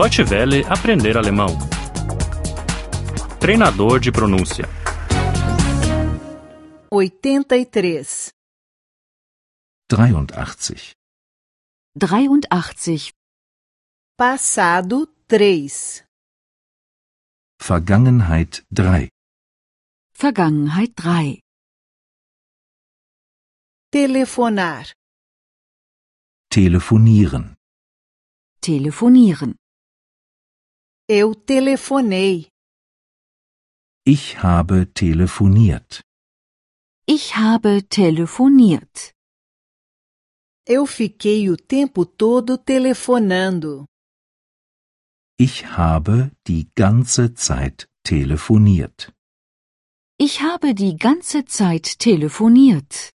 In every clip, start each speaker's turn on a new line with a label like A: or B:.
A: Deutsche Welle aprender alemão. Treinador de pronúncia.
B: 83.
C: 83.
D: 83.
B: Passado 3.
C: Vergangenheit 3.
D: Vergangenheit 3.
B: Telefonar.
C: Telefonieren.
D: Telefonieren.
B: Eu telefonei.
C: Ich habe telefoniert.
D: Ich habe telefoniert.
B: Eu fiquei o tempo todo telefonando.
C: Ich habe die ganze Zeit telefoniert.
D: Ich habe die ganze Zeit telefoniert.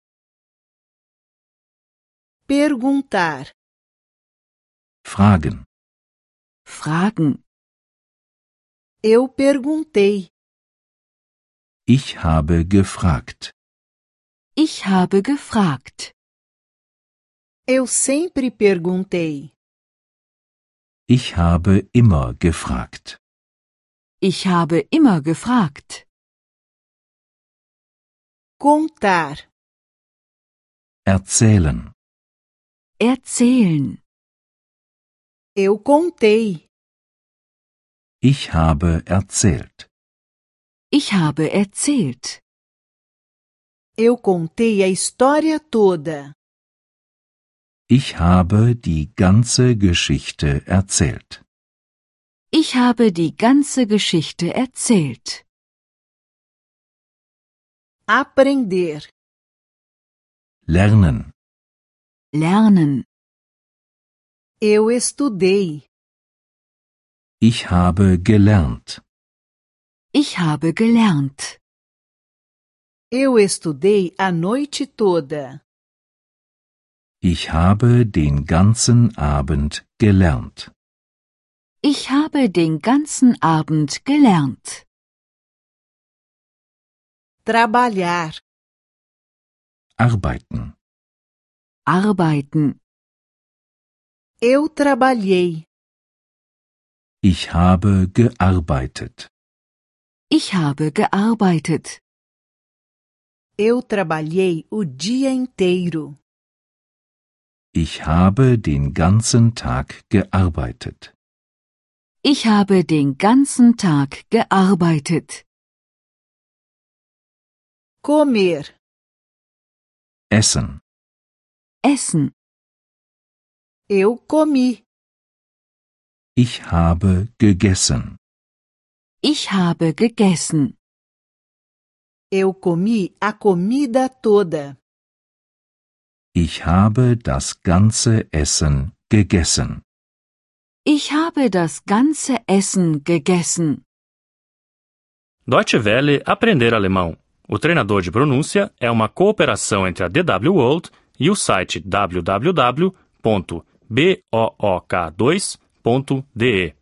B: Perguntar.
C: Fragen.
D: Fragen.
B: Eu perguntei.
C: Ich habe gefragt.
D: Ich habe gefragt.
B: Eu sempre perguntei.
C: Ich habe immer gefragt.
D: Ich habe immer gefragt.
B: Contar.
C: Erzählen.
D: Erzählen.
B: Eu contei.
C: Ich habe erzählt.
D: Ich habe erzählt.
B: Eu contei a história toda.
C: Ich habe die ganze Geschichte erzählt.
D: Ich habe die ganze Geschichte erzählt.
B: Aprender.
C: Lernen.
D: Lernen.
B: Eu estudei.
C: Ich habe gelernt.
D: Ich habe gelernt.
B: Eu estudei a noite toda.
C: Ich habe den ganzen Abend gelernt.
D: Ich habe den ganzen Abend gelernt.
B: Trabalhar.
C: Arbeiten.
D: Arbeiten.
B: Eu trabalhei.
C: Ich habe gearbeitet.
D: Ich habe gearbeitet.
B: Eu trabalhei o dia inteiro.
C: Ich habe den ganzen Tag gearbeitet.
D: Ich habe den ganzen Tag gearbeitet.
B: Comer.
C: Essen.
D: Essen.
B: Eu comi.
C: Ich habe gegessen.
D: Ich habe gegessen.
B: Eu comi a comida toda.
C: Ich habe das ganze Essen gegessen.
D: Ich habe das ganze Essen gegessen.
A: Deutsche Welle aprender alemão. O treinador de pronúncia é uma cooperação entre a DW World e o site www.book2.de.